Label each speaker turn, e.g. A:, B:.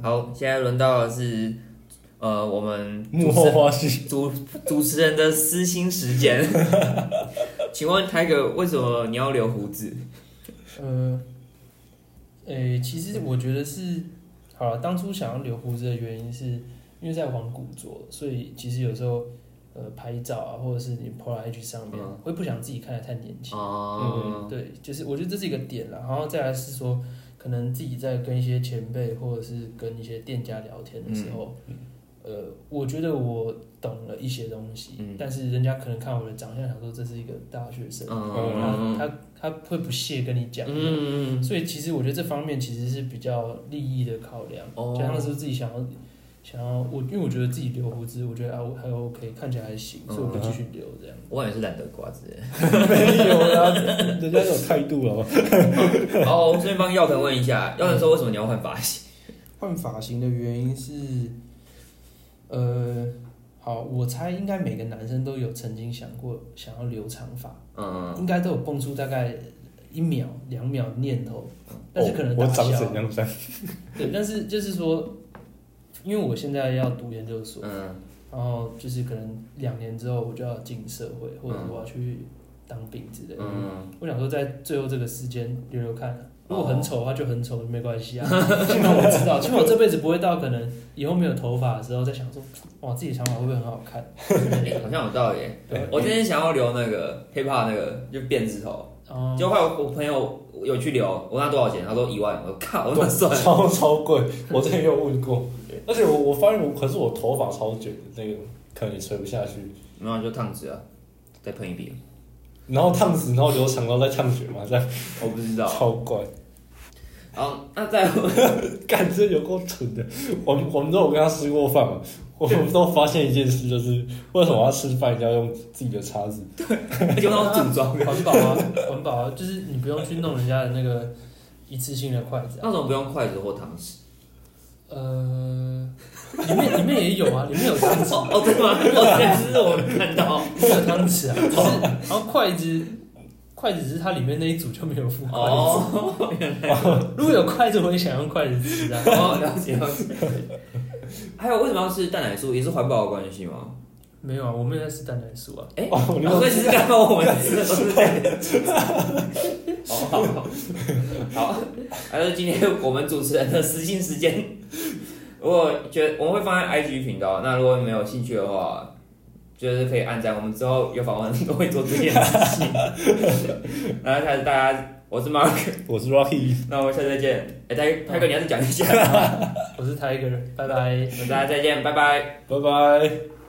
A: 好，现在轮到的是呃我们
B: 幕后花 絮。
A: 主主持人的私心时间。 请问 Tiger 为什么你要留胡子？
C: 呃，诶、其实我觉得是，好了，当初想要留胡子的原因是因为在玩古着，所以其实有时候呃拍照啊，或者是你 PO 到 IG 上面，
A: 嗯
C: 会不想自己看得太年轻。嗯，
A: 哦，
C: 对，就是我觉得这是一个点啦，然后再来是说，可能自己在跟一些前辈或者是跟一些店家聊天的时候，
A: 嗯
C: 呃，我觉得我懂了一些东西，
A: 嗯
C: 但是人家可能看我的长相，想说这是一个大学生，
A: 嗯
C: 他他他会不屑跟你讲，
A: 嗯，
C: 所以其实我觉得这方面其实是比较利益的考量，
A: 哦
C: 加上是自己想要想要我，因为我觉得自己留胡子，我觉得啊我还 OK，看起来还行，所以我
A: 嗯
C: 就继续留这样。
A: 我也是懒得刮子。
B: 没有啦， 人家有态度了。
A: 好，我顺便帮耀腾问一
C: 嗯
A: 下，耀腾说为什么你要换发型？
C: 换发型的原因是，呃，好，我猜应该每个男生都有曾经想过想要留长发，
A: 嗯，
C: 应该都有蹦出大概一秒两秒念头， 但是可能
B: 嗯哦我
C: 打消
B: 长怎样像？
C: 对，但是就是说，因为我现在要读研究所，
A: 嗯
C: 然后就是可能两年之后我就要进社会，或者
B: 嗯
C: 是我要去当兵之类的。
A: 嗯，
C: 我想说，在最后这个时间留留看、如果
A: 哦
C: 很丑的话，就很丑，没关系啊。起码我知道，起码我这辈子不会到可能以后没有头发的时候，再想说，哇，自己的长发会不会很好看？
A: 哎好像有道理
C: 对。
A: 我之前想要留那个 hiphop 那个，就辫子头，
C: 哦、
A: 结果后来我朋友有去留，我问他多少钱，他说一万，我靠，我那么算了，
B: 超超贵，我之前也有问过。而且我我发现我，可是我头发超卷的那个，可能也垂不下去。
A: 然啊后就烫直了，再喷一遍，
B: 然后烫死，然后留长，然后再烫卷嘛，这样
A: 哦我不知道。
B: 超怪。
A: 好，那再
B: 干这有够蠢的。我们我们都有跟他吃过饭嘛， 我们都发现一件事，就是为什么要吃饭一定要用自己的叉子？
A: 就那种组装的，
C: 环保啊，环保啊，就是你不用去弄人家的那个一次性的筷子啊。
A: 那种不用筷子或汤匙。
C: 呃，里面里面也有啊，里面有汤匙，
A: 哦，对吗？哦，这次我没看到。
C: 里面有汤匙啊，只是然后筷子。筷子只是它里面那一组就没有附筷子，
A: 哦，
C: 如果有筷子，我也想用筷子吃啊。
A: 哦，了解了解。还有为什么要吃蛋奶素？也是环保的关系吗？
C: 没有啊，我没有在吃蛋奶素啊。
A: 哎，
B: 哦，你
A: 哦所以其实刚刚我们吃的都是蛋奶素。哦，好好好，还是今天我们主持人的私信时间。如果觉得我们会放在 IG 频道，那如果你们有兴趣的话，就是可以按赞。我们之后有访问都会做这件事情。然后下次大家，我是 Mark，
B: 我是 Rocky，
A: 那我们下次再见。哎，泰泰哥，你还是讲一下，
C: 我是 Tiger，拜拜。
A: 我们大家再见，拜拜。
B: 拜拜。